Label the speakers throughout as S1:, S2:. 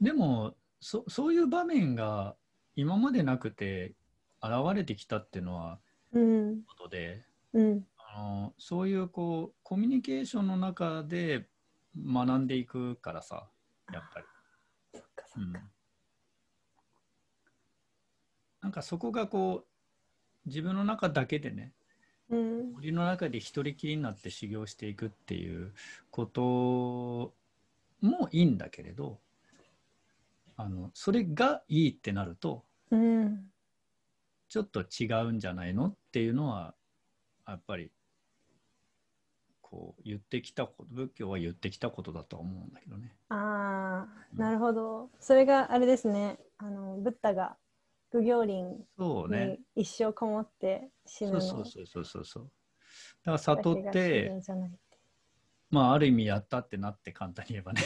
S1: でもそ、そういう場面が今までなくて現れてきたっていうのは
S2: うん。
S1: ことで、
S2: うん。
S1: あのそういうこうコミュニケーションの中で学んでいくからさ、やっぱり。
S2: そっかそっ
S1: うん
S2: か。
S1: なんかそこがこう自分の中だけでね
S2: うん。
S1: 森の中で一人きりになって修行していくっていうこともいいんだけれどあのそれがいいってなると
S2: うん。
S1: ちょっと違うんじゃないのっていうのはやっぱりこう言ってきたこと仏教は言ってきたことだとは思うんだけどね。
S2: ああ、なるほど。それがあれですね。あの、ブッダが不行林
S1: そうね
S2: に。一生こもって死ぬ
S1: そう
S2: の。
S1: そうそうそうそうそう。だから
S2: だけ
S1: 悟
S2: が
S1: っ
S2: 自
S1: て
S2: 然じゃないって。
S1: まあ、ある意味やったってなって簡単に言えば ね。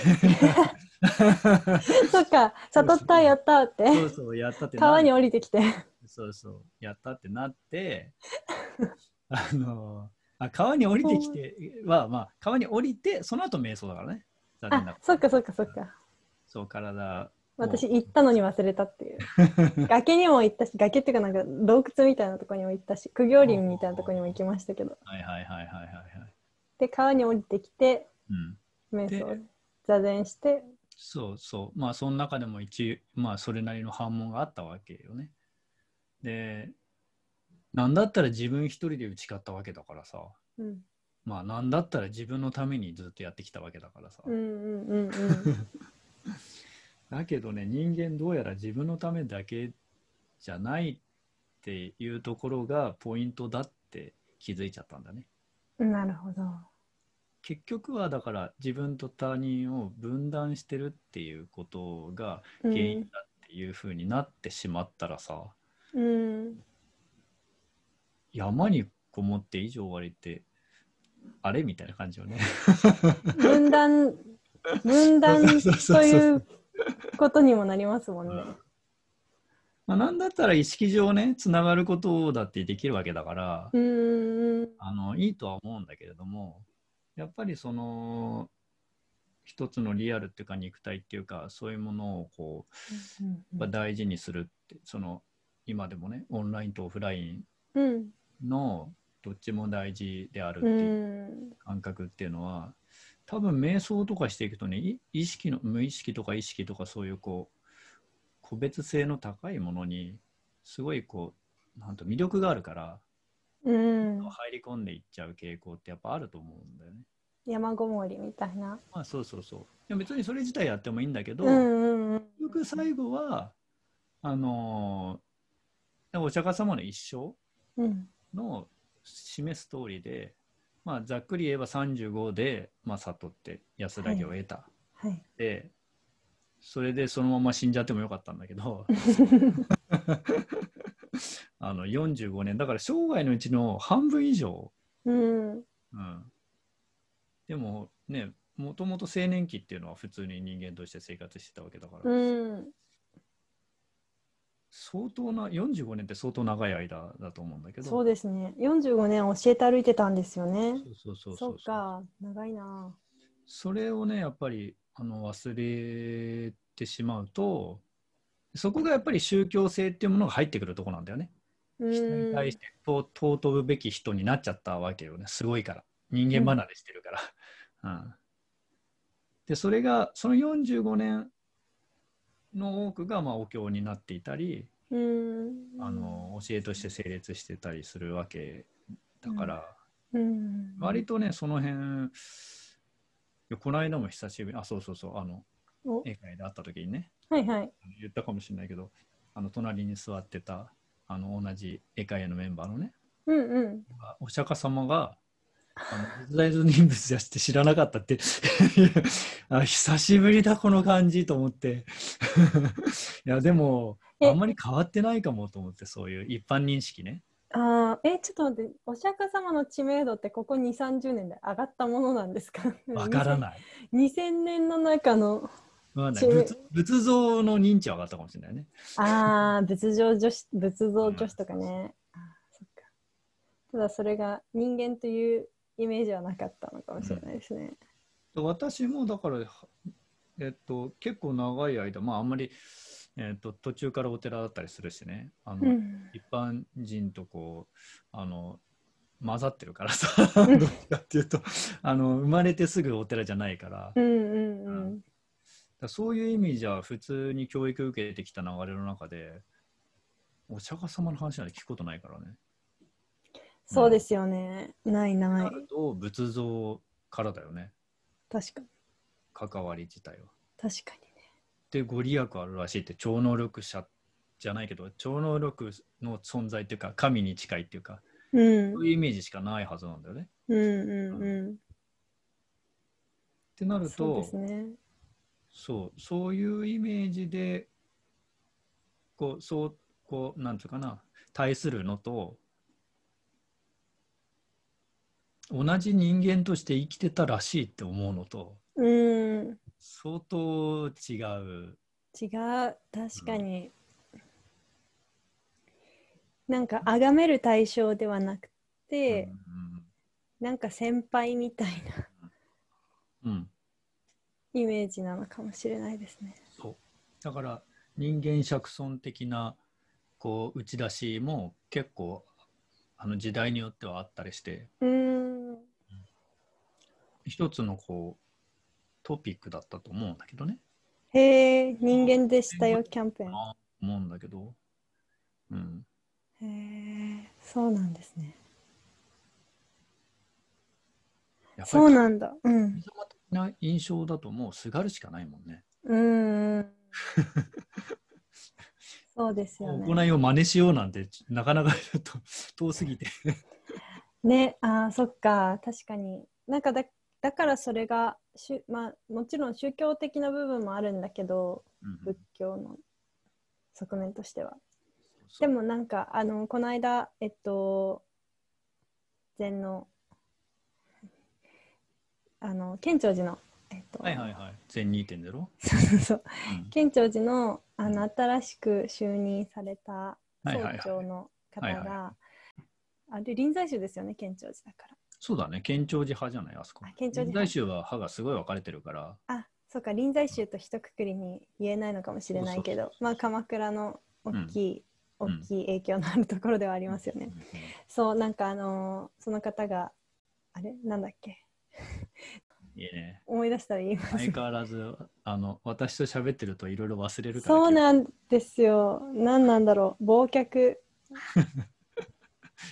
S2: そっか、悟った、やったって。
S1: そうそう、やったってな
S2: 川に
S1: る。
S2: 降りてきて。
S1: そうそう、やったってなって、あのあ、川に降りてきては、まあ、川に降りて、その後瞑想だからね。残念な
S2: あ、そっかそっかそっか。
S1: そう、体を。
S2: 私行ったのに忘れたっていう。崖にも行ったし、崖っていうかなんか洞窟みたいなとこにも行ったし、苦行林みたいなとこにも行きましたけど。
S1: はいはいはいはいはいはい。
S2: で、川に降りてきて、
S1: うん。
S2: 瞑
S1: で
S2: 想、座禅して、
S1: そうそう。まあ、その中でも一、まあ、それなりの反問があったわけよね。で、なんだったら自分一人で打ち勝ったわけだからさ。
S2: うん、
S1: まあ、なんだったら自分のためにずっとやってきたわけだからさ。
S2: うんうんうんうん。
S1: だけどね、人間どうやら自分のためだけじゃないっていうところがポイントだって気づいちゃったんだね。
S2: なるほど。
S1: 結局はだから自分と他人を分断してるっていうことが
S2: う
S1: 原因
S2: ん。
S1: だっていうふうになってしまったらさ、
S2: うん、
S1: 山にこもって以上割れて、あれみたいな感じよ ね。
S2: 分断、分断
S1: そうそうそう
S2: ということにもなりますもんね。
S1: まあ、なんだったら意識上ね、つながることだってできるわけだから、
S2: うん。
S1: あのいいとは思うんだけれどもやっぱりその一つのリアルっていうか肉体っていうかそういうものをこう
S2: うん
S1: やっぱ大事にするってその今でもねオンラインとオフライ
S2: うん。
S1: ンのどっちも大事であるってい
S2: う。
S1: うん感覚っていうのは多分瞑想とかしていくとねい意識の無意識とか意識とかそういうこう個別性の高いものにすごいこうなんと魅力があるから
S2: うん。
S1: 入り込んでいっちゃう傾向ってやっぱあると思うんだよね。
S2: 山ごもりみたいな。
S1: まあそうそうそう。でも別にそれ自体やってもいいんだけど、
S2: うんうんうん。
S1: 結局最後は、あのーお釈迦様の一生
S2: うん。
S1: の示す通りで、まあ、ざっくり言えば35で、まあ、悟って安らぎを得た。
S2: はい。
S1: で、それでそのまま死んじゃってもよかったんだけ ど、あの45年、だから生涯のうちの半分以上、
S2: うん。
S1: うん、でもねもともと青年期っていうのは普通に人間として生活してたわけだから、
S2: うん。
S1: 相当な45年って相当長い間だと思うんだけど
S2: そうですね。45年教えて歩いてたんですよね。
S1: そうそうそう
S2: そ
S1: そう
S2: うか。長いな。
S1: それをねやっぱりあの忘れてしまうとそこがやっぱり宗教性っていうものが入ってくるとこなんだよね。
S2: う
S1: 人に
S2: ん。
S1: 対してと尊ぶべき人になっちゃったわけよねすごいから人間離れしてるから、うんでそれがその45年の多くがまあお経になっていたり、
S2: うん。
S1: あ。の教えとして成立してたりするわけだから、
S2: うん。
S1: 割とねその辺いやこの間も久しぶりあそうそうそうあの
S2: お
S1: 映画で会った時にね
S2: はいはい。
S1: 言ったかもしれないけどあの隣に座ってたあの同じ絵会のメンバーのね
S2: うんうん。
S1: お釈迦様があの実在の人物じゃして知らなかったって いやあ久しぶりだこの感じと思って いやでも
S2: え
S1: あんまり変わってないかもと思ってそういう一般認識ね
S2: ああ、え、ちょっと待って、お釈迦様の知名度ってここ2、30年で上がったものなんです か
S1: わから
S2: い。
S1: ない
S2: 2000年の中の、
S1: わからない
S2: 違う
S1: 仏仏像の認知は上がったかもしれないね
S2: ああ、仏像女子、仏像女子とかね。あーそっかただそれが人間というイメージはなかったのかもしれないですね。
S1: 私もだからええっと、結構長い間、まあ、あんまり、えっと、途中からお寺だったりするしね、あの、
S2: うん
S1: 一般人とこう、あの、混ざってるからさ、どっちかっていうと、あの、生まれてすぐお寺じゃないから、だか
S2: うんうんうん
S1: らそういう意味じゃ、普通に教育受けてきた流れの中で、お釈迦様の話なんて聞くことないからね。
S2: そうですよね。ないな。
S1: ないると、仏像からだよね、
S2: 確かに。
S1: 関わり自体は。
S2: 確かにね。
S1: でご利益あるらしいって超能力者じゃないけど超能力の存在っていうか神に近いっていうか
S2: うん。
S1: そういうイメージしかないはずなんだよね。っ
S2: うんうんう
S1: てなる
S2: ん。そう
S1: と
S2: ですね。
S1: そうそういうイメージでこうそうこうなんていうかな対するのと同じ人間として生きてたらしいって思うのと
S2: うん。
S1: 相当違う。
S2: 違う確かに、なんか崇める対象ではなくて、なんか先輩みたいな
S1: うんうん、
S2: イメージなのかもしれないですね
S1: そうだから人間釈尊的なこう打ち出しも結構あの時代によってはあったりして
S2: うーん
S1: 一つのこうトピックだったと思うんだけどね
S2: へえ人間でしたよキャンペーン
S1: あ思うんだけど、うん、
S2: へえそうなんですね
S1: やっぱ
S2: そう
S1: り
S2: なんだうん
S1: 神様的な印象だともうすがるしかないもんね
S2: う ーんそうですよね
S1: 行いを真似しようなんてなかなかちょっと 遠すぎて
S2: ねあーそっか確かになんかだだからそれがしゅ、まあ、もちろん宗教的な部分もあるんだけど
S1: うん
S2: 仏教の側面としては
S1: そう
S2: でもなんかあのこの間えっと禅のあの建長寺のえっと、
S1: はいはいはい全2.0、うん
S2: そうそうそう建長寺のあの新しく就任された
S1: はい
S2: 総
S1: はいはい
S2: 長の方が、
S1: はい
S2: あれ臨済宗ですよね建長寺だから。
S1: そうだね県庁寺派じゃないあそこ
S2: あ建長寺派
S1: 大衆は派がすごい分かれてるから
S2: あそうか臨済宗と一括りに言えないのかもしれない
S1: そ
S2: け
S1: う
S2: ど
S1: そうそう
S2: まあ鎌倉の大きい、
S1: うん
S2: 大きい影響のあるところではありますよね。 そうなんかあのーその方があれなんだっけ
S1: いいね。
S2: 思い出したら言います。
S1: 相変わらず、 あの、私と喋ってるといろいろ忘れるから。
S2: そう
S1: 気を
S2: なんですよ。何なんだろう忘却。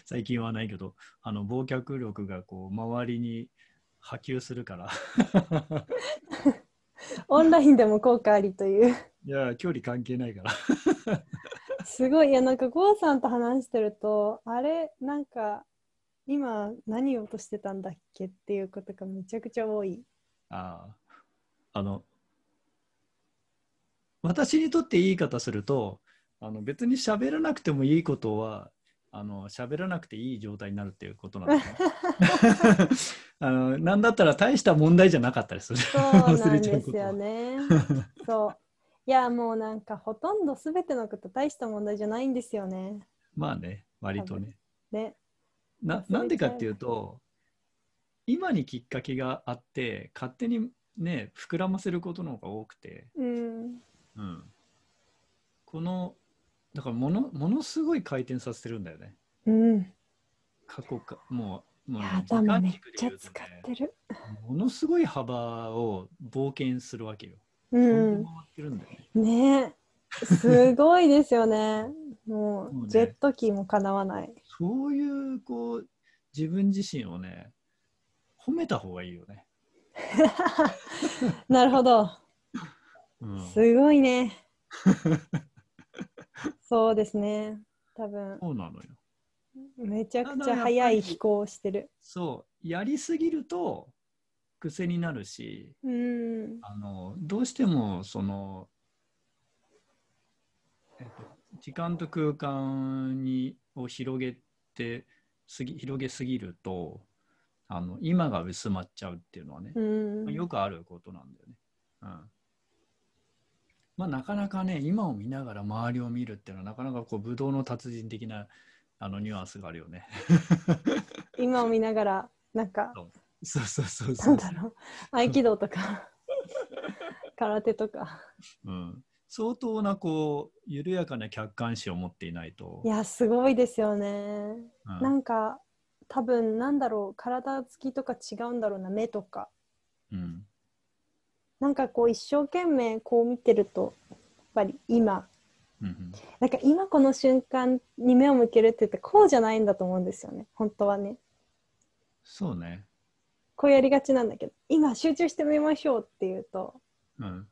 S1: 最近はないけど、あの、忘却力がこう、周りに波及するから。
S2: オンラインでも効果ありという。
S1: いや、距離関係ないから。
S2: すごいいやなんか郷さんと話してるとあれなんか今何を落としてたんだっけっていうことがめちゃくちゃ多い。
S1: ああ。あの、私にとって言い方すると、あの、別に喋らなくてもいいことは、あの、喋らなくていい状態になるっていうことなんですね。 あの、なんだったら大した問題じゃなかったりする。
S2: そうな
S1: 忘れ
S2: ん
S1: ちゃう
S2: で
S1: こ
S2: す
S1: とは
S2: よね。そう。いやもうなんかほとんど全てのこと大した問題じゃないんですよね。
S1: まあね、割とね。
S2: ね。
S1: な
S2: 忘れちゃう
S1: なんでかっていうと今にきっかけがあって勝手にね膨らませることの方が多くて、
S2: うん。
S1: うん、このだからものものすごい回転させてるんだよね
S2: うん。
S1: 過去かもうも
S2: いうや
S1: ね
S2: 頭めっ
S1: 軸で
S2: ちゃ
S1: 言うと
S2: 使
S1: ね
S2: ってる。
S1: ものすごい幅を冒険するわけよ。
S2: う
S1: 飛ん
S2: ん
S1: で。回ってるんだよね。
S2: ねえ。すごいですよね。も
S1: そうね
S2: うジェット機もかなわない。
S1: そういうこう自分自身をね褒めた方がいいよね。
S2: なるほど。
S1: うん、
S2: すごいね。 そうですね。多分
S1: そうなのよ。
S2: めちゃくちゃ早い飛行をしてる。
S1: そうやりすぎると癖になるし
S2: うん。
S1: あのどうしてもその、えっと、時間と空間にを広げてすぎ広げすぎるとあの今が薄まっちゃうっていうのはね
S2: う、ん。
S1: よくあることなんだよね。うんまあ、なかなかね今を見ながら周りを見るっていうのはなかなかこうブドウの達人的なあのニュアンスがあるよね。
S2: 今を見ながらなんか
S1: そうそうそう
S2: な
S1: そ
S2: ん
S1: う
S2: だろう合気道とか空手とか。
S1: うん、相当なこう緩やかな客観視を持っていないと
S2: い、や、すごいですよね。
S1: うん
S2: なんか、多分なんだろう、体つきとか違うんだろうな、目とか。
S1: うん
S2: なんかこう、一生懸命こう見てると、やっぱり今、
S1: うんうん
S2: なんか今この瞬間に目を向けるって言って、こうじゃないんだと思うんですよね、本当はね。
S1: そうね、
S2: こうやりがちなんだけど、今集中してみましょうっていうと、
S1: うん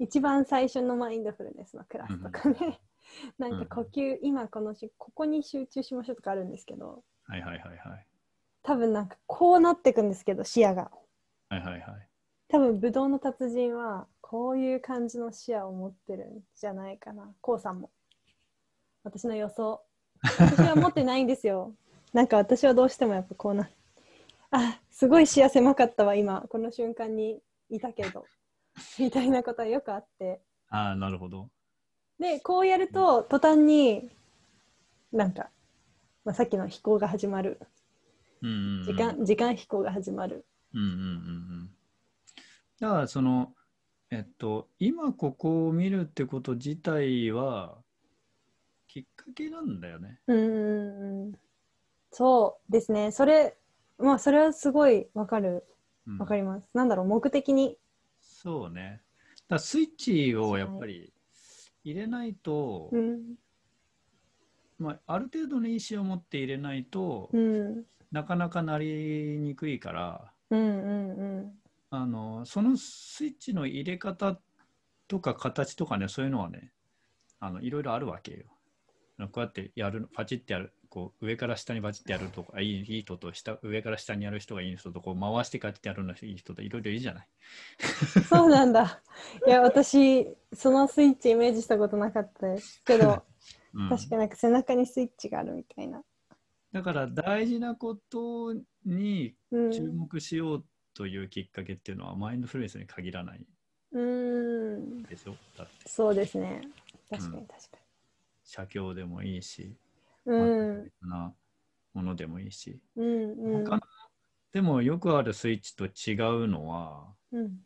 S2: 一番最初のマインドフルネスのクラスとかね、
S1: ん
S2: なんか呼吸、今このしここに集中しましょうとかあるんですけど
S1: はいはいはいはい
S2: 多分なんかこうなってくんですけど視野が
S1: はいはいはい
S2: 多分ブドウの達人はこういう感じの視野を持ってるんじゃないかなこうさんも私の予想私は持ってないんですよ なんか私はどうしてもやっぱこうなあすごい視野狭かったわ今この瞬間にいたけどみたいなことはよくあって
S1: ああなるほど
S2: でこうやると途端になんか、まあ、さっきの飛行が始まる
S1: うんうんうん
S2: 時間、時間飛行が始まる
S1: うんうんうんうんだからそのえっと今ここを見るってこと自体はきっかけなんだよね
S2: うーんそうですねそれまあそれはすごいわかる
S1: うん
S2: わかります、なんだろう目的に
S1: そうねだからスイッチをやっぱり入れないと、
S2: うん
S1: まあ、ある程度の意思を持って入れないと、
S2: うん
S1: なかなかなりにくいから
S2: うんうんうん
S1: あのそのスイッチの入れ方とか形とかねそういうのはねあのいろいろあるわけよ。こうやってやるパチってやるこう上から下にパチってやるとかいいいい人と下上から下にやる人がいい人とこう回してかってやるのがいい人といろいろいいじゃない。
S2: そうなん だいや私そのスイッチイメージしたことなかったですけど
S1: うん
S2: 確かになんか背中にスイッチがあるみたいな、
S1: だから大事なことに
S2: うん、
S1: 注目しようというきっかけっていうのはマインドフルネスに限らないう
S2: ーん
S1: でしょだって
S2: そうですね確か
S1: うん
S2: に確かに
S1: 写経でもいいし、
S2: うん
S1: 別なものでもいいし、
S2: うんうん
S1: 他のでもよくあるスイッチと違うのは
S2: うん